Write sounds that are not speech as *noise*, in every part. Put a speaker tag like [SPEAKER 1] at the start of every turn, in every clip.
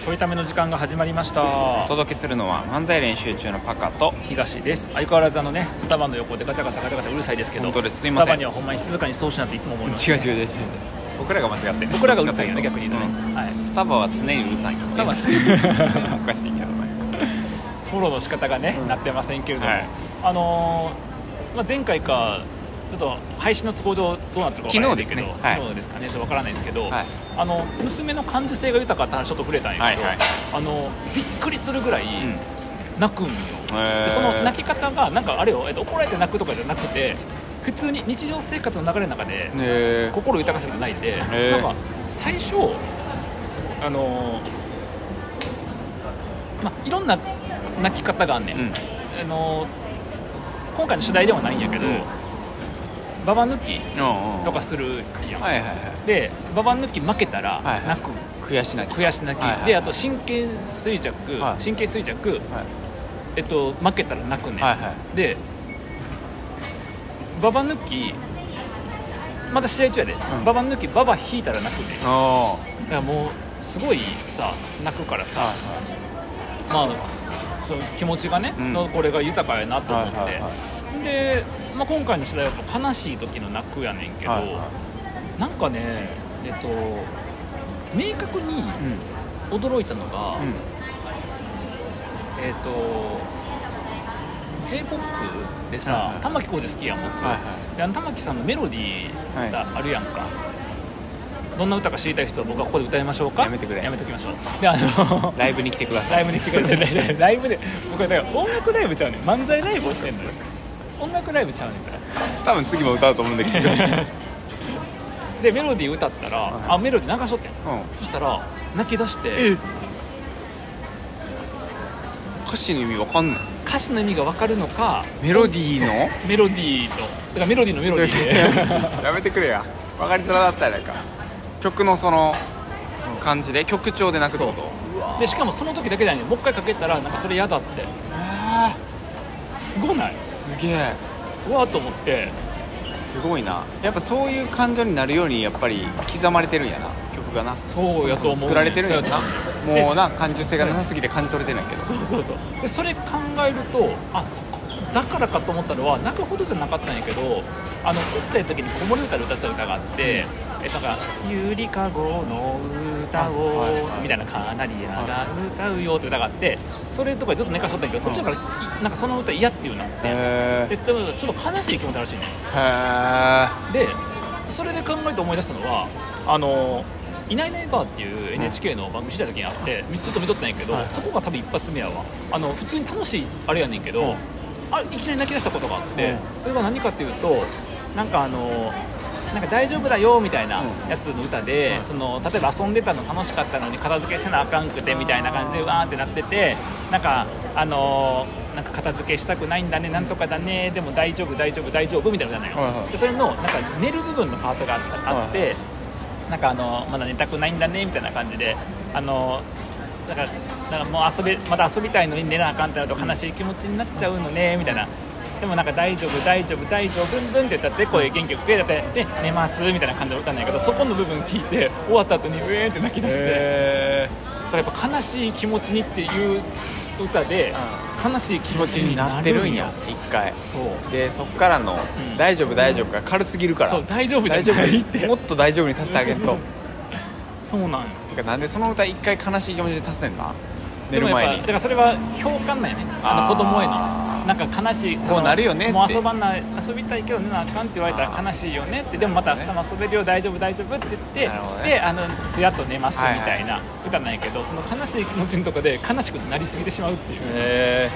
[SPEAKER 1] ちょいための時間が始まりました
[SPEAKER 2] お届けするのは漫才練習中のパカと
[SPEAKER 1] 東です相変わらずあのねスタバの横でガチャガチャガチャガチャうるさいですけど
[SPEAKER 2] 本当ですすい
[SPEAKER 1] ス
[SPEAKER 2] ません
[SPEAKER 1] タバにはほんまに静かにそうしなっていつも思います
[SPEAKER 2] 違う違う違う違う僕らが間違ってる
[SPEAKER 1] 僕らがうるさいよね
[SPEAKER 2] どっ
[SPEAKER 1] 逆
[SPEAKER 2] ちかと
[SPEAKER 1] に言う
[SPEAKER 2] いうと
[SPEAKER 1] とね、はい、
[SPEAKER 2] うんスタバは常にうるさいス
[SPEAKER 1] タバは常に
[SPEAKER 2] *laughs* おかしいけどね
[SPEAKER 1] フォローの仕方がね、
[SPEAKER 2] うん
[SPEAKER 1] なってませんけれども、
[SPEAKER 2] はい
[SPEAKER 1] あのーまあ、前回かちょっと配信の都合上どうなってるか分からないですけど
[SPEAKER 2] 昨日ですねはい
[SPEAKER 1] 昨日ですかねちょっと分からないですけど、
[SPEAKER 2] はい
[SPEAKER 1] あの娘の感受性が豊かって話ちょっと触れたんやけど、
[SPEAKER 2] はいはい
[SPEAKER 1] あのびっくりするぐらい
[SPEAKER 2] うん
[SPEAKER 1] 泣くんよ、
[SPEAKER 2] へー
[SPEAKER 1] でその泣き方がなんかあれよ、えっと、怒られて泣くとかじゃなくて普通に日常生活の流れの中で、
[SPEAKER 2] へー
[SPEAKER 1] 心豊かさがないで、
[SPEAKER 2] ー
[SPEAKER 1] なんか最初あのーまあいろんな泣き方があんねん、
[SPEAKER 2] うん
[SPEAKER 1] あのー今回の主題ではないんやけど、
[SPEAKER 2] うん
[SPEAKER 1] ババ抜き
[SPEAKER 2] うんうん
[SPEAKER 1] とかするやん、
[SPEAKER 2] はいはいはい
[SPEAKER 1] でババ抜き負けたら
[SPEAKER 2] はいはい
[SPEAKER 1] 泣く、
[SPEAKER 2] 悔し泣き
[SPEAKER 1] 悔し泣き、
[SPEAKER 2] はいはい
[SPEAKER 1] であと神経衰弱、
[SPEAKER 2] はい
[SPEAKER 1] 神経衰弱、
[SPEAKER 2] はい
[SPEAKER 1] えっと、負けたら泣くねん、
[SPEAKER 2] はいはい
[SPEAKER 1] でババ抜きまた試合中やで、
[SPEAKER 2] ん
[SPEAKER 1] ババ抜きババ引いたら泣くねん
[SPEAKER 2] お
[SPEAKER 1] だからもうすごいさ泣くからさ、まああのその気持ちがね、
[SPEAKER 2] うん
[SPEAKER 1] のこれが豊かやなと思って、
[SPEAKER 2] はいはいは
[SPEAKER 1] で、まあ、今回の主題はやっぱ悲しい時の泣くやねんけど、
[SPEAKER 2] はいは
[SPEAKER 1] なんかねえっと明確に
[SPEAKER 2] ーうん
[SPEAKER 1] 驚いたのが、
[SPEAKER 2] うん
[SPEAKER 1] えっと j p o p でさ、
[SPEAKER 2] はいはい
[SPEAKER 1] 玉置浩二好きやん僕、
[SPEAKER 2] はい
[SPEAKER 1] であの玉置さんのメロディ
[SPEAKER 2] は
[SPEAKER 1] ー
[SPEAKER 2] い
[SPEAKER 1] があるやんか、どんな歌か知りたい人は僕はここで歌いましょうか
[SPEAKER 2] やめてくれ
[SPEAKER 1] やめときましょうであの *laughs*
[SPEAKER 2] ライブに来てくださ
[SPEAKER 1] ラ
[SPEAKER 2] い
[SPEAKER 1] イブに来てくれてライブで僕はだから音楽ライブちゃうねん漫才ライブをしてんのよ音楽ライブちゃうねんから
[SPEAKER 2] 多分次も歌うと思うんだけど *laughs*
[SPEAKER 1] でメロディー歌ったら、
[SPEAKER 2] はい
[SPEAKER 1] あメロディー流しとってんそしたら泣き出して
[SPEAKER 2] え歌詞の意味わかんない
[SPEAKER 1] 歌詞の意味が分かるのか
[SPEAKER 2] メロディーの
[SPEAKER 1] メロディーとだからメロディーのメロディーで
[SPEAKER 2] やめてくれや分かりづらだったらなんか曲のその感じで曲調で泣くってこ
[SPEAKER 1] *laughs*
[SPEAKER 2] と
[SPEAKER 1] でしかもその時だけじゃないもう一回かけたらなんかそれ嫌だって
[SPEAKER 2] あ
[SPEAKER 1] すごない
[SPEAKER 2] すげえ
[SPEAKER 1] うわーと思って
[SPEAKER 2] すごいなやっぱそういう感情になるようにやっぱり刻まれてるんやな曲がな
[SPEAKER 1] そうやと思う
[SPEAKER 2] そもそも作られてるんやな
[SPEAKER 1] うやと思う
[SPEAKER 2] もうな感受性がなさすぎて感じ取れてないけど
[SPEAKER 1] そうそうそうでそれ考えるとあだからかと思ったのは泣くほどじゃなかったんやけどあのちっちゃい時に子守歌で歌ってた歌があって「えなんかゆりかごの歌を」
[SPEAKER 2] はいはい
[SPEAKER 1] みたいな「カナリアが歌うよ」って歌があってそれとかちょっと寝かしとったんやけど途中からなんかその歌嫌っていうなって
[SPEAKER 2] へ
[SPEAKER 1] ででもちょっと悲しい気持ちあるらしいね
[SPEAKER 2] えへ
[SPEAKER 1] でそれで考えて思い出したのはあの「いないいないばー」っていう NHK の番組した時にあってみずっと見とったんやけど、
[SPEAKER 2] はい
[SPEAKER 1] そこが多分一発目やわあの普通に楽しいあれやねんけど、あいきなり泣き出したことがあって、
[SPEAKER 2] うん
[SPEAKER 1] それが何かっていうとなんかあの。なんか大丈夫だよみたいな
[SPEAKER 2] うん
[SPEAKER 1] やつの歌で、
[SPEAKER 2] はい
[SPEAKER 1] その例えば遊んでたの楽しかったのに片付けせなあかんくてみたいな感じでうわーってなっててなんかあのなんか片付けしたくないんだねなんとかだねでも大丈夫大丈夫大丈夫みたいな歌なのよ、
[SPEAKER 2] はいはい
[SPEAKER 1] でそれのなんか寝る部分のパートがあったあって、
[SPEAKER 2] は
[SPEAKER 1] なんかあのまだ寝たくないんだねみたいな感じであのだからなんかもう遊びまた遊びたいのに寝なあかんってなると悲しい気持ちになっちゃうのねみたいなでもなんか大丈夫大丈夫大丈夫ブンブンって歌って声元気よくてだってで寝ますみたいな感じで歌うんだけどそこの部分聞いて終わった後にウェーンって泣き出して
[SPEAKER 2] え
[SPEAKER 1] だからやっぱ悲しい気持ちにっていう歌で悲しい気持
[SPEAKER 2] 気持
[SPEAKER 1] ち
[SPEAKER 2] ち
[SPEAKER 1] に
[SPEAKER 2] に
[SPEAKER 1] な
[SPEAKER 2] な
[SPEAKER 1] っ
[SPEAKER 2] ってて
[SPEAKER 1] る
[SPEAKER 2] る
[SPEAKER 1] ん
[SPEAKER 2] ん
[SPEAKER 1] や
[SPEAKER 2] や一回
[SPEAKER 1] そう
[SPEAKER 2] でそっからの
[SPEAKER 1] ん
[SPEAKER 2] 「大丈夫大丈夫」が軽すぎるから
[SPEAKER 1] そう大丈夫じ
[SPEAKER 2] 大
[SPEAKER 1] ゃ
[SPEAKER 2] 丈
[SPEAKER 1] ないっ
[SPEAKER 2] 夫
[SPEAKER 1] て
[SPEAKER 2] もっと大丈夫にさせてあげる
[SPEAKER 1] そう
[SPEAKER 2] と
[SPEAKER 1] そうなんよ
[SPEAKER 2] てかなんでその歌一回悲しい気持ちにさせてんな寝
[SPEAKER 1] でもやっ
[SPEAKER 2] る
[SPEAKER 1] ぱ
[SPEAKER 2] 前に
[SPEAKER 1] だからそれは共感なんやねあ
[SPEAKER 2] あ
[SPEAKER 1] の子
[SPEAKER 2] ー
[SPEAKER 1] 供へのなんか悲しい
[SPEAKER 2] こうなるよねって
[SPEAKER 1] もう遊ばない遊びたいけどねなあかんって言われたら悲しいよねってでもまた明日も遊べるよ大丈夫大丈夫って言
[SPEAKER 2] なる
[SPEAKER 1] っ
[SPEAKER 2] ほ
[SPEAKER 1] て、
[SPEAKER 2] どね
[SPEAKER 1] であのすやっと寝ますみ
[SPEAKER 2] はいはい
[SPEAKER 1] たいな歌なんやけど、その悲しい気持ちのとこで悲しくなりすぎてしまうっていう、
[SPEAKER 2] へ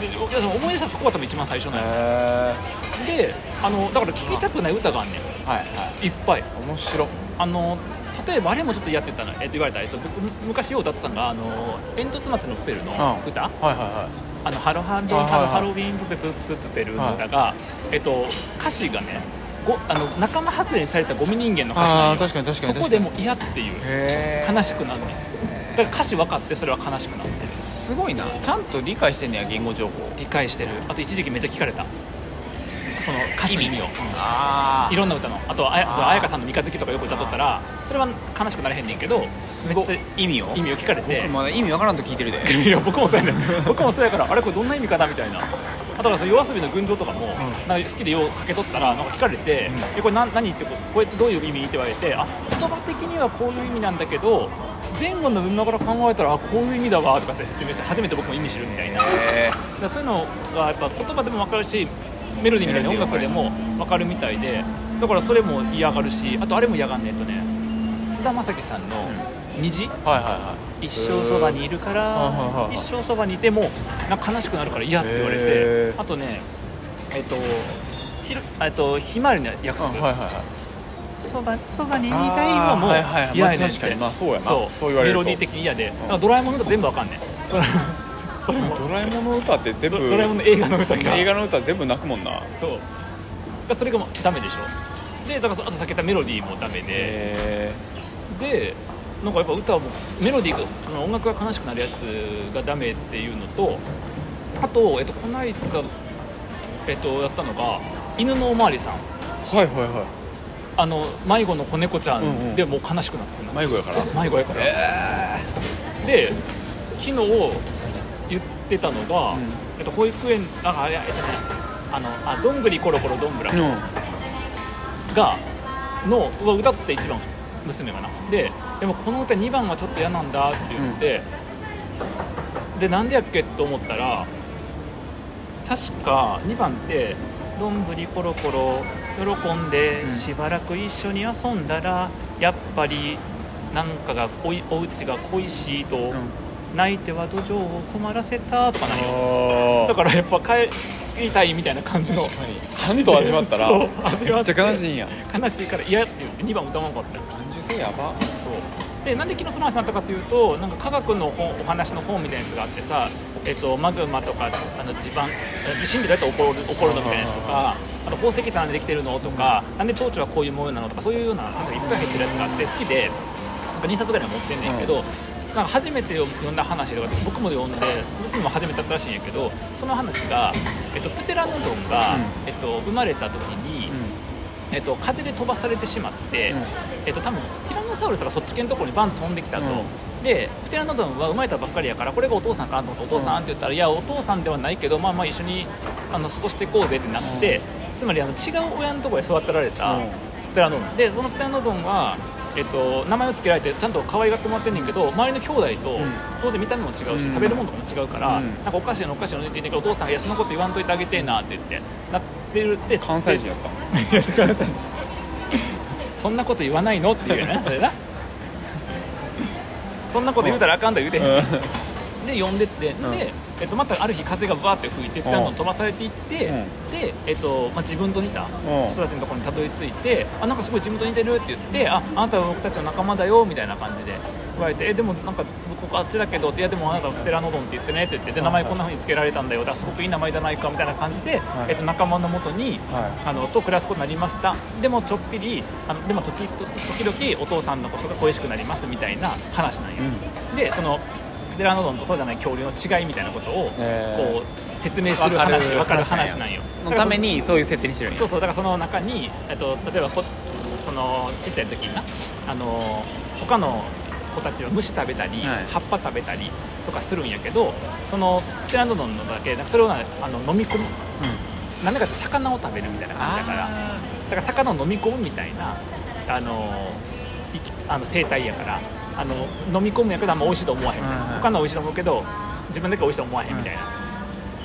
[SPEAKER 1] でおでも思い出したらそこが多分一番最初なんや、
[SPEAKER 2] え
[SPEAKER 1] であのだから聴きたくない歌があんねん
[SPEAKER 2] はいはい
[SPEAKER 1] いっぱい
[SPEAKER 2] 面白
[SPEAKER 1] あの例えばあれもちょっとやってたの、えっと言われたらえっと僕昔よう歌ってたのがあの「煙突町のプペル」の歌、
[SPEAKER 2] はいはい
[SPEAKER 1] あのハロハロ
[SPEAKER 2] はい
[SPEAKER 1] ハ
[SPEAKER 2] は
[SPEAKER 1] ロ
[SPEAKER 2] い
[SPEAKER 1] ハロウィンプペプププペルの歌が、えっと、歌詞がねごあの仲間外れにされたゴミ人間の歌詞なん
[SPEAKER 2] あ
[SPEAKER 1] よ
[SPEAKER 2] ー確かに確かに
[SPEAKER 1] そこでもう嫌っていう
[SPEAKER 2] へ
[SPEAKER 1] 悲しくなんねんだから歌詞分かってそれは悲しくなって
[SPEAKER 2] すごいなちゃんと理解してんねや言語情報
[SPEAKER 1] 理解してるあと一時期めっちゃ聞かれたその歌詞の意味を、
[SPEAKER 2] あ
[SPEAKER 1] いろんな歌のあとはあや
[SPEAKER 2] あー
[SPEAKER 1] 彩香さんの「三日月」とかよく歌っとったらそれは悲しくなれへんねんけどめっ
[SPEAKER 2] すご
[SPEAKER 1] ちゃ
[SPEAKER 2] 意味を
[SPEAKER 1] 意味を聞かれて
[SPEAKER 2] まだ意味わからんと聞いてるで
[SPEAKER 1] いや僕もそうやねん僕もそうやからあれこれどんな意味かなみたいなあとはその夜遊びの群青とかも、なんか好きでようかけとったらなんか聞かれて、えこれ何何ってこうこうやってどういう意味って言われてあ言葉的にはこういう意味なんだけど前後の文脈から考えたらあこういう意味だわとかって説明して初めて僕も意味知るみたいなだか
[SPEAKER 2] え
[SPEAKER 1] らそういうのがやっぱ言葉でも分かるしメロディーみたいな音楽でも分かるみたいでだからそれも嫌がるしあとあれも嫌がんねえとね菅田将暉さんの「虹」
[SPEAKER 2] ー、はいはい
[SPEAKER 1] 一生そばにいるか
[SPEAKER 2] へーはいはい
[SPEAKER 1] ら
[SPEAKER 2] はい
[SPEAKER 1] 一生そばにいてもなんか悲しくなるから嫌って言われ
[SPEAKER 2] へ
[SPEAKER 1] て
[SPEAKER 2] ー
[SPEAKER 1] あとねえっとひろえっとひまわりの約束
[SPEAKER 2] はいはいはい
[SPEAKER 1] そばそばにいたいはもう
[SPEAKER 2] あーはいはいはい
[SPEAKER 1] 嫌やねん
[SPEAKER 2] まあ
[SPEAKER 1] って
[SPEAKER 2] 確かにまあそうやな
[SPEAKER 1] そう
[SPEAKER 2] そう言われる
[SPEAKER 1] メロ
[SPEAKER 2] と
[SPEAKER 1] ディー的に嫌でなんかドラえもんの歌全部わかんねんそれ *laughs* それも
[SPEAKER 2] ドラえもんの歌って全部
[SPEAKER 1] ドドラえもんの映画の歌が
[SPEAKER 2] 映画の歌全部泣くもんな
[SPEAKER 1] そうだからそれがもうダメでしょでだからそあとさっき言ったメロディーもダメで
[SPEAKER 2] え
[SPEAKER 1] でなんかやっぱ歌もメロディーがその音楽が悲しくなるやつがダメっていうのとあと、えっと、この間、えっと、やったのが犬のおまわりさん
[SPEAKER 2] ー、はいはいは
[SPEAKER 1] あの迷子の子猫ちゃ
[SPEAKER 2] うんうん
[SPEAKER 1] んでもう悲しくなって
[SPEAKER 2] 迷子やから
[SPEAKER 1] 迷子やから、で昨日言ってたのが、
[SPEAKER 2] うん
[SPEAKER 1] えっと、保育園ああれえっとねあのあどんぐりころころどんぶら、
[SPEAKER 2] いうん
[SPEAKER 1] がのうわ歌って1番娘がなででもこの歌2番はちょっと嫌なんだって言って、でなんでやっけと思ったら確か2番って「どんぶりころころ喜ん
[SPEAKER 2] う
[SPEAKER 1] で
[SPEAKER 2] ん
[SPEAKER 1] しばらく一緒に遊んだらやっぱりなんかがおいお家が恋しいと、泣いては土壌を困らせた」とかなのよだ
[SPEAKER 2] だ
[SPEAKER 1] からやっぱ帰りたいみたいな感じの
[SPEAKER 2] ちゃんと始まったら
[SPEAKER 1] そう
[SPEAKER 2] め
[SPEAKER 1] 始ま
[SPEAKER 2] っ
[SPEAKER 1] って
[SPEAKER 2] ちゃ悲しいんや
[SPEAKER 1] 悲しいから嫌って言って2番歌わなかった
[SPEAKER 2] 感受性やば
[SPEAKER 1] そうでなんで昨日その話になったかというとなんか科学の本お話の本みたいなやつがあってさ、えっと、マグマとかあの地盤地震でどうやって起こる起こるのみたいなやつとかあと宝石山でできてるのとか、なんで蝶々はこういうものなのとかそういうようななんかいっぱい入ってるやつがあって好きでなんか2冊ぐらい持ってんねんけど、なんか初めて読んだ話とかって僕も読んで娘も初めてだったらしいんやけどその話が、えっと、プテラノドンが、
[SPEAKER 2] うん
[SPEAKER 1] えっと、生まれた時に。えっと、風で飛ばされてしまって、
[SPEAKER 2] うん
[SPEAKER 1] えっと、多分ティラノサウルスがそっち系のところにバンと飛んできたと、でプテラノドンは生まれたばっかりやからこれがお父さんかなと思って「お父さん?」って言ったら「いやお父さんではないけどまあまあ一緒にあの過ごしていこうぜ」ってなって、つまりあの違う親のところで育てられた
[SPEAKER 2] うん
[SPEAKER 1] プテラノドンでそのプテラノドンは、えっと、名前を付けられてちゃんと可愛がってもらってんねんけど周りの兄弟と
[SPEAKER 2] うん
[SPEAKER 1] 当然見た目も違うし、
[SPEAKER 2] うん
[SPEAKER 1] 食べるものとかも違うから、
[SPEAKER 2] うん
[SPEAKER 1] なんかおかしいのおかしいのって言ってんねんけどお父さんが「いやそのこと言わんといてあげてえな」って言ってなってるって
[SPEAKER 2] 関西人やった
[SPEAKER 1] いやだからさそんなこと言わないのっていう
[SPEAKER 2] *laughs*
[SPEAKER 1] ねそれなそんなこと言うたらあかんだ言うてへんで呼んでって、
[SPEAKER 2] ん
[SPEAKER 1] で、えっと、またある日風がバーって吹いてどんどん飛ばされていって、
[SPEAKER 2] うん
[SPEAKER 1] で、えっとまあ、自分と似た人たちのところにたどり着いて、あなんかすごい自分と似てるって言ってああなたは僕たちの仲間だよみたいな感じで言われてえでもなんか僕あっちだけどいやでもあなたはプテラノドンって言ってねって言ってで名前こんな風に付けられたんだよだからすごくいい名前じゃないかみたいな感じで、
[SPEAKER 2] はい
[SPEAKER 1] えっと、仲間のもとに、
[SPEAKER 2] は
[SPEAKER 1] あのと暮らすことになりましたでもちょっぴりあのでも時時々お父さんのことが恋しくなりますみたいな話なんよ、でそのプテラノドンとそうじゃない恐竜の違いみたいなことを、
[SPEAKER 2] え
[SPEAKER 1] こ
[SPEAKER 2] ー
[SPEAKER 1] う説明する話分かる話なんよ
[SPEAKER 2] のためにそういう設定にしてるんや
[SPEAKER 1] そうそうだからその中に、えっと、例えばこそのちっちゃい時になあの他の子たちは虫食べたり、
[SPEAKER 2] はい
[SPEAKER 1] 葉っぱ食べたりとかするんやけどそのプテラノドンのだけなんかそれをなあの飲み込む何だかって魚を食べるみたいな感じだから
[SPEAKER 2] あ
[SPEAKER 1] だから魚を飲み込むみたいなあの生きあの生態やからあの飲み込むんやけどあんま美味しいと思わへん、
[SPEAKER 2] うんうん
[SPEAKER 1] 他のは美味しいと思うけど自分だけは美味しいと思わへんみたいな、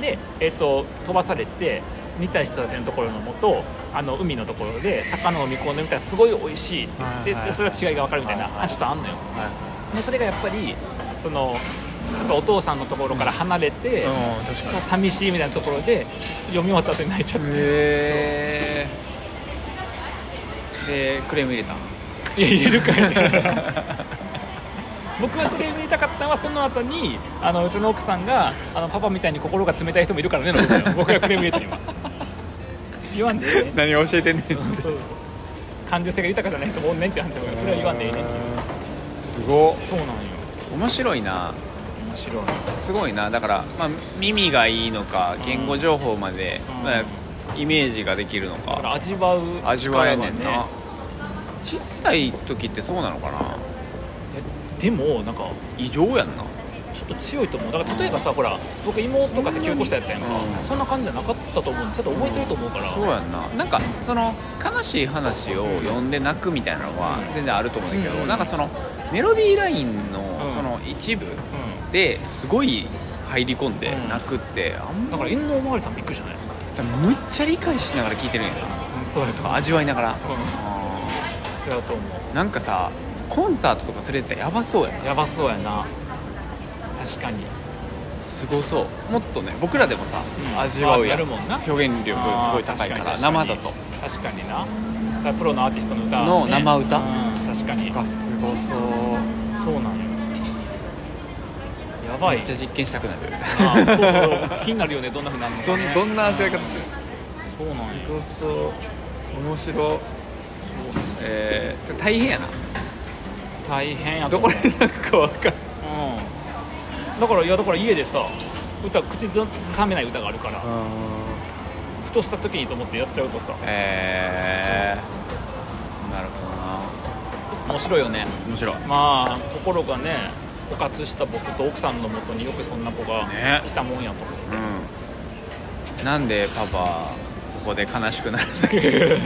[SPEAKER 1] で、えっと飛ばされて似た人たちのところのもとあの海のところで魚を飲み込んでみたらすごい美味しいって言って
[SPEAKER 2] はいはい
[SPEAKER 1] でそれは違いが分かるみたいな
[SPEAKER 2] はいはい
[SPEAKER 1] 話ちょっとあんのよ
[SPEAKER 2] ーはい
[SPEAKER 1] でそれがやっぱりそのやっぱお父さんのところから離れて、
[SPEAKER 2] うん確かに
[SPEAKER 1] 寂しいみたいなところで読み終わった後に泣いちゃって、
[SPEAKER 2] へえでクレーム
[SPEAKER 1] *laughs*
[SPEAKER 2] 入れた
[SPEAKER 1] いや入れるかい僕がクレーム入れたかったのはその後にあのうちの奥さんがあのパパみたいに心が冷たい人もいるからねのこと *laughs* よ僕がクレーム入れた今言わんでええねん
[SPEAKER 2] 何を教えてんねんって
[SPEAKER 1] そう感受性が豊かじゃない人もおんねんって話だからそれは言わんでええねん
[SPEAKER 2] すご
[SPEAKER 1] そうなんよ
[SPEAKER 2] 面白いな
[SPEAKER 1] 面白い
[SPEAKER 2] すごいなだから、まあ、耳がいいのか言語情報まで、
[SPEAKER 1] うん
[SPEAKER 2] まあイメージができるの
[SPEAKER 1] だか
[SPEAKER 2] から
[SPEAKER 1] 味わう
[SPEAKER 2] 味わえねん
[SPEAKER 1] 力が
[SPEAKER 2] な小さい時ってそうなのかな
[SPEAKER 1] でもなんか
[SPEAKER 2] 異常やんな
[SPEAKER 1] ちょっと強いと思うだから例えばさほら僕妹がさ9個下やったやんか、
[SPEAKER 2] うん
[SPEAKER 1] そんな感じじゃなかったと思うんですちょっと覚えてると思うから、
[SPEAKER 2] そうやんななんかその悲しい話を読んで泣くみたいなのは全然あると思うんだけど、
[SPEAKER 1] うん
[SPEAKER 2] なんかそのメロディーラインの
[SPEAKER 1] うん
[SPEAKER 2] その一部
[SPEAKER 1] う
[SPEAKER 2] ですごい入り込んで
[SPEAKER 1] うん
[SPEAKER 2] 泣くってあん
[SPEAKER 1] んだ
[SPEAKER 2] ま
[SPEAKER 1] から遠藤周りさんびっくりじゃない、
[SPEAKER 2] むっちゃ理解しながら聞いてるんや
[SPEAKER 1] そうやと
[SPEAKER 2] な
[SPEAKER 1] う
[SPEAKER 2] 味わいながら
[SPEAKER 1] ん
[SPEAKER 2] あ
[SPEAKER 1] そうやと思
[SPEAKER 2] ーなんかさコンサートとか連れてったらやばそうやな
[SPEAKER 1] うやばそうやな確かに
[SPEAKER 2] すごそうもっとね僕らでもさ、
[SPEAKER 1] うん
[SPEAKER 2] 味わうや
[SPEAKER 1] あやるもんな
[SPEAKER 2] 表現力すごい高いから
[SPEAKER 1] あー確
[SPEAKER 2] 生
[SPEAKER 1] に
[SPEAKER 2] だと
[SPEAKER 1] 確かになだからプロのアーティストの歌、ね、
[SPEAKER 2] の生歌
[SPEAKER 1] うん確かに
[SPEAKER 2] がすごそう
[SPEAKER 1] そうなんよやばい
[SPEAKER 2] めっちゃ実験したくなる
[SPEAKER 1] あーそうそう気になるよねどんなふうになるのか、
[SPEAKER 2] *laughs* ど
[SPEAKER 1] ね、
[SPEAKER 2] んどんな味わい方する
[SPEAKER 1] そうなんよ
[SPEAKER 2] そうそう面白えー、大変やな
[SPEAKER 1] 大変やと
[SPEAKER 2] ど
[SPEAKER 1] 思
[SPEAKER 2] こ
[SPEAKER 1] う
[SPEAKER 2] で泣くか分かん
[SPEAKER 1] うん、だからいやだから家でさ歌口ずさめない歌があるから、ふとした時にと思ってやっちゃうとさ
[SPEAKER 2] えー、なるほどな
[SPEAKER 1] 面白いよね
[SPEAKER 2] 面白い
[SPEAKER 1] まあ心がね枯渇した僕と奥さんのもとによくそんな子が
[SPEAKER 2] ね
[SPEAKER 1] 来たもんやと、 *laughs*
[SPEAKER 2] うんなんでパパここで悲しくなるんだっけ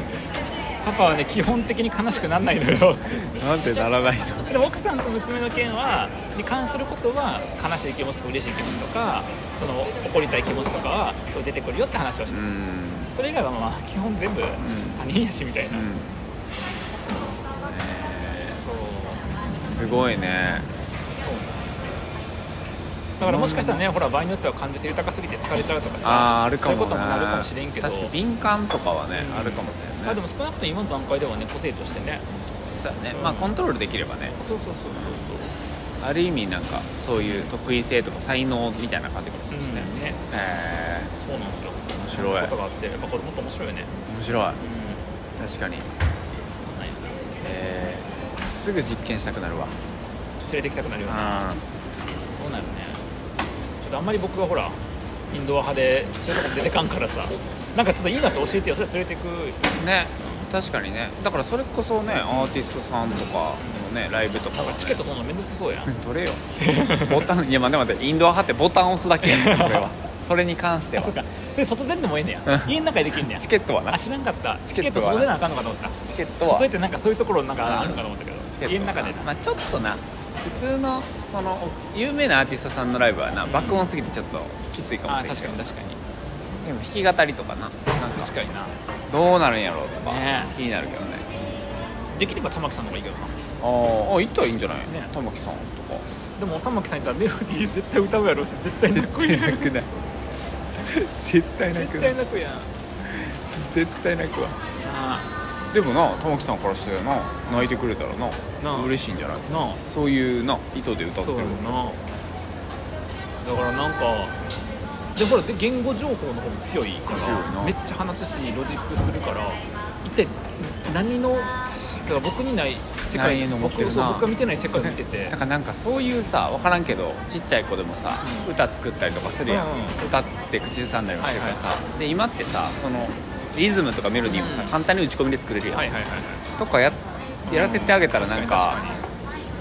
[SPEAKER 1] パパはね基本的に悲しくなんないのよ *laughs*
[SPEAKER 2] なんでならないの
[SPEAKER 1] でも奥さんと娘の件はに関することは悲しい気持ちとか嬉しい気持ちとかその怒りたい気持ちとかはそう出てくるよって話をして、
[SPEAKER 2] うん
[SPEAKER 1] それ以外はまあ基本全部他人やしみたいな、
[SPEAKER 2] うん
[SPEAKER 1] そう
[SPEAKER 2] すごいね
[SPEAKER 1] そうなんですだからもしかしたらねほら場合によっては感受性豊かすぎて疲れちゃうとかさ
[SPEAKER 2] あーあるかも
[SPEAKER 1] そ
[SPEAKER 2] ね
[SPEAKER 1] ういうこともなるかもしれんけど
[SPEAKER 2] 確かに敏感とかはね、
[SPEAKER 1] うん
[SPEAKER 2] あるかもしれ
[SPEAKER 1] ま
[SPEAKER 2] な
[SPEAKER 1] あ
[SPEAKER 2] い
[SPEAKER 1] でも少なくとも今の段階ではね個性としてね
[SPEAKER 2] そうだね
[SPEAKER 1] うん
[SPEAKER 2] まあコントロールできればね
[SPEAKER 1] そうそうそうそ
[SPEAKER 2] ある意味なんかそういう得意性とか才能みたいな感じかもしれ
[SPEAKER 1] う
[SPEAKER 2] な
[SPEAKER 1] そう
[SPEAKER 2] いですね、
[SPEAKER 1] ね
[SPEAKER 2] え
[SPEAKER 1] そうなんですよ
[SPEAKER 2] 面
[SPEAKER 1] そうい
[SPEAKER 2] 白い
[SPEAKER 1] うことがあってやっぱこれもっと面白いよね
[SPEAKER 2] ー、面白い
[SPEAKER 1] うん
[SPEAKER 2] 確かに、
[SPEAKER 1] そうなんや
[SPEAKER 2] えー、すぐ実験したくなるわ
[SPEAKER 1] 連れてきたくなるよね
[SPEAKER 2] う
[SPEAKER 1] そうなるねちょっとあんまり僕はほらインドア派でそういうとこ出てかんからさなんかちょっといいなって教えてよそれ連れてく
[SPEAKER 2] んね確かにねだからそれこそねアーティストさんとかのねライブとか
[SPEAKER 1] なん
[SPEAKER 2] は
[SPEAKER 1] か
[SPEAKER 2] ね
[SPEAKER 1] チケット取るの面倒くさそうやん
[SPEAKER 2] 取れよボタンいやまあでも待ってインドア派ってボタン押すだけやねこれ
[SPEAKER 1] *laughs*
[SPEAKER 2] はそれに関して
[SPEAKER 1] あ
[SPEAKER 2] は
[SPEAKER 1] そうかそれ外出んでもええねや
[SPEAKER 2] うん
[SPEAKER 1] 家の中でできんねや
[SPEAKER 2] チケットはな
[SPEAKER 1] あ
[SPEAKER 2] チ
[SPEAKER 1] 知らんかったチ
[SPEAKER 2] チケ
[SPEAKER 1] ケ
[SPEAKER 2] ッ
[SPEAKER 1] ッ
[SPEAKER 2] ト
[SPEAKER 1] ト
[SPEAKER 2] は
[SPEAKER 1] 外出なあかんのかと思った
[SPEAKER 2] ケットは
[SPEAKER 1] 外ってなんかそういうところなんかあるのかと思ったけ
[SPEAKER 2] チケッ
[SPEAKER 1] ど
[SPEAKER 2] ト
[SPEAKER 1] 家の中でな
[SPEAKER 2] まあ、ちょっとな普通のその有名なアーティストさんのライブはな、
[SPEAKER 1] ん
[SPEAKER 2] 爆音すぎてちょっときついかも
[SPEAKER 1] あ
[SPEAKER 2] しれない
[SPEAKER 1] 確かに確かに
[SPEAKER 2] でも弾き語りとかななんか
[SPEAKER 1] 確かにな
[SPEAKER 2] どうなるんやろうとか、
[SPEAKER 1] ね
[SPEAKER 2] 気になるけどね
[SPEAKER 1] できれば玉木さんの方がいいけどな
[SPEAKER 2] あーあ行ったらいいんじゃない、
[SPEAKER 1] ね
[SPEAKER 2] 玉木さんとか
[SPEAKER 1] でも玉木さんいったらメロディー絶対歌うやろうし絶対泣くやん絶
[SPEAKER 2] くない *laughs* 絶対
[SPEAKER 1] 対泣くやんな
[SPEAKER 2] 絶対泣くわ
[SPEAKER 1] あ
[SPEAKER 2] でもな玉木さんからしてな泣いてくれたらな
[SPEAKER 1] なあ
[SPEAKER 2] 嬉しいんじゃない
[SPEAKER 1] なあ
[SPEAKER 2] そういうな意図で歌って
[SPEAKER 1] そ
[SPEAKER 2] る
[SPEAKER 1] う
[SPEAKER 2] も
[SPEAKER 1] や
[SPEAKER 2] んね
[SPEAKER 1] なだからなんかでほらで言語情報の方も強いか
[SPEAKER 2] 強いな
[SPEAKER 1] らめっちゃ話すしロジックするから一体何のだから僕にない世
[SPEAKER 2] ない
[SPEAKER 1] 界
[SPEAKER 2] の持ってる
[SPEAKER 1] 僕
[SPEAKER 2] な
[SPEAKER 1] そう僕が見てない世界を見てて
[SPEAKER 2] だからなんかそういうさ分からんけどちっちゃい子でもさ、
[SPEAKER 1] うん
[SPEAKER 2] 歌作ったりとかするやん、
[SPEAKER 1] うんう
[SPEAKER 2] 歌って口ずさんだりもするからさ、
[SPEAKER 1] はい
[SPEAKER 2] で今ってさそのリズムとかメロディーもさ、
[SPEAKER 1] うん
[SPEAKER 2] 簡単に打ち込みで作れるやん、
[SPEAKER 1] はいはいはいはい
[SPEAKER 2] とかややらせてあげたら
[SPEAKER 1] う
[SPEAKER 2] なんか
[SPEAKER 1] 確に確か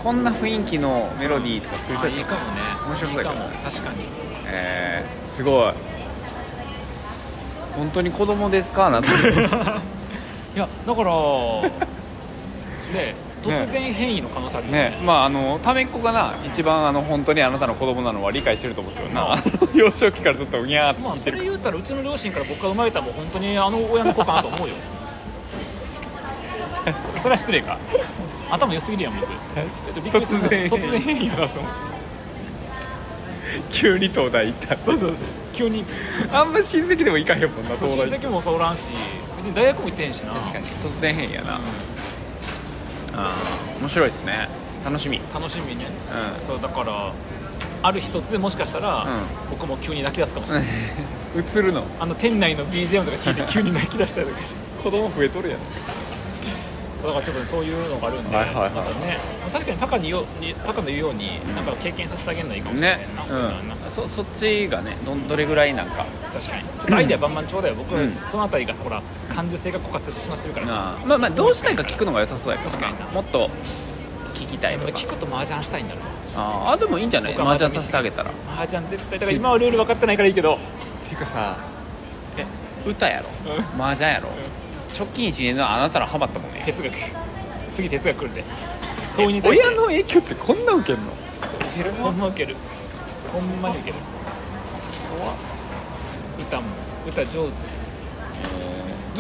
[SPEAKER 2] こんな雰囲気のメロディーとか作り
[SPEAKER 1] に
[SPEAKER 2] そう
[SPEAKER 1] あい
[SPEAKER 2] や
[SPEAKER 1] い
[SPEAKER 2] ね
[SPEAKER 1] かもね
[SPEAKER 2] 面白そ
[SPEAKER 1] いい
[SPEAKER 2] うや
[SPEAKER 1] か
[SPEAKER 2] けど
[SPEAKER 1] も確かに
[SPEAKER 2] えー、すごい本当に子供です
[SPEAKER 1] *laughs*
[SPEAKER 2] かなって
[SPEAKER 1] いやだから
[SPEAKER 2] *laughs*
[SPEAKER 1] ね突然変異の可能性あるよね
[SPEAKER 2] ねまああのためっ子がな一番あの本当にあなたの子供なのは理解してると思うけどな、あの幼少期からずっとうにゃーって
[SPEAKER 1] まあ
[SPEAKER 2] 聞いて
[SPEAKER 1] そ
[SPEAKER 2] る
[SPEAKER 1] れ言うたらうちの両親から僕が生まれたらもう本当にあの親の子かなと思うよそれは失礼か頭良すぎるやん僕えっとびっくりする
[SPEAKER 2] 突然
[SPEAKER 1] 突然変異やなと思って
[SPEAKER 2] 急に東大行った
[SPEAKER 1] そうそうそう急に
[SPEAKER 2] あんま親戚でも行かへんもんな
[SPEAKER 1] 親
[SPEAKER 2] 東大確
[SPEAKER 1] 戚もそうおらんし別に大学も行ってへんしな
[SPEAKER 2] かに突然変やな、あー面白いですね楽しみうん
[SPEAKER 1] 楽しみね
[SPEAKER 2] う
[SPEAKER 1] そうだからある日突然もしかしたら、
[SPEAKER 2] う
[SPEAKER 1] 僕も急に泣き出すかもしれない、
[SPEAKER 2] 映るの
[SPEAKER 1] あの店内の BGM とか聞いて急に泣き出したりとかして
[SPEAKER 2] 子供増えとるやん
[SPEAKER 1] そうだからちょっとねそういうのがあるんで、
[SPEAKER 2] はいはいはい
[SPEAKER 1] またね確かにパカによにパカの言うようになんか経験させてあげるのはいいかもしれな
[SPEAKER 2] ね
[SPEAKER 1] いな、そういうのはな
[SPEAKER 2] うん、そそっちがねどんどれぐらいなんか
[SPEAKER 1] 確かにちょっとアイデアバンバンちょうだいよ僕、
[SPEAKER 2] うん
[SPEAKER 1] そのあたりがほら感受性が枯渇してしまってるからさ
[SPEAKER 2] なあまあまあどうしたいか聞くのが良さそうやから
[SPEAKER 1] 確
[SPEAKER 2] な
[SPEAKER 1] かに
[SPEAKER 2] もっと聞きたいとか
[SPEAKER 1] 聞くと麻雀したいんだろう
[SPEAKER 2] あーあでもいいんじゃない
[SPEAKER 1] 僕は
[SPEAKER 2] 麻雀させてあげたらっ
[SPEAKER 1] 麻雀絶対だから今はルール分かってないからいいけど
[SPEAKER 2] ていうかさえ歌やろ
[SPEAKER 1] う
[SPEAKER 2] 麻雀やろ直近1年のあなたらハマったもんね
[SPEAKER 1] 哲学次哲学来るで問いに対して
[SPEAKER 2] 親の影響ってこんな受けんの
[SPEAKER 1] 受けるほんま受けるほんまに受ける歌も歌上手
[SPEAKER 2] ず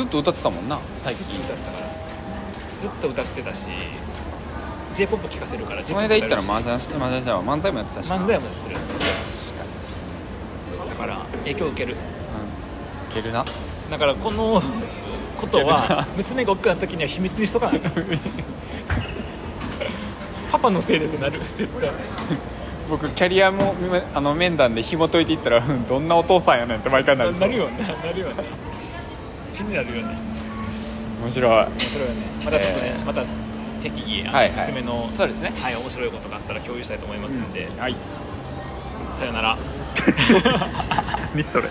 [SPEAKER 2] っと歌ってたもんな最
[SPEAKER 1] ずっ
[SPEAKER 2] 近
[SPEAKER 1] と歌ってたからずっと歌ってたし j p o p 聴かせるから
[SPEAKER 2] この間行ったら
[SPEAKER 1] 漫
[SPEAKER 2] 麻雀して麻雀して漫才もやってたしな
[SPEAKER 1] 才までするだから影響受ける
[SPEAKER 2] うんいけるな
[SPEAKER 1] だからこ
[SPEAKER 2] *laughs*
[SPEAKER 1] のこと
[SPEAKER 2] いけるな
[SPEAKER 1] は娘が大きくなった時には秘密にしとかない
[SPEAKER 2] *laughs*
[SPEAKER 1] パパのせいでってなる絶対
[SPEAKER 2] 僕キャリアもめあの面談で紐解いていったらうんどんなお父さんやねんって毎回な
[SPEAKER 1] な
[SPEAKER 2] る
[SPEAKER 1] なるよねなるよね気になるよね
[SPEAKER 2] 面白い
[SPEAKER 1] 面白いよねまたちょっとね、
[SPEAKER 2] えー
[SPEAKER 1] また適宜あの、
[SPEAKER 2] はいはい
[SPEAKER 1] 娘の
[SPEAKER 2] そうですね
[SPEAKER 1] はい面白いことがあったら共有したいと思いますんで、
[SPEAKER 2] はい
[SPEAKER 1] さよなら
[SPEAKER 2] ミスそれ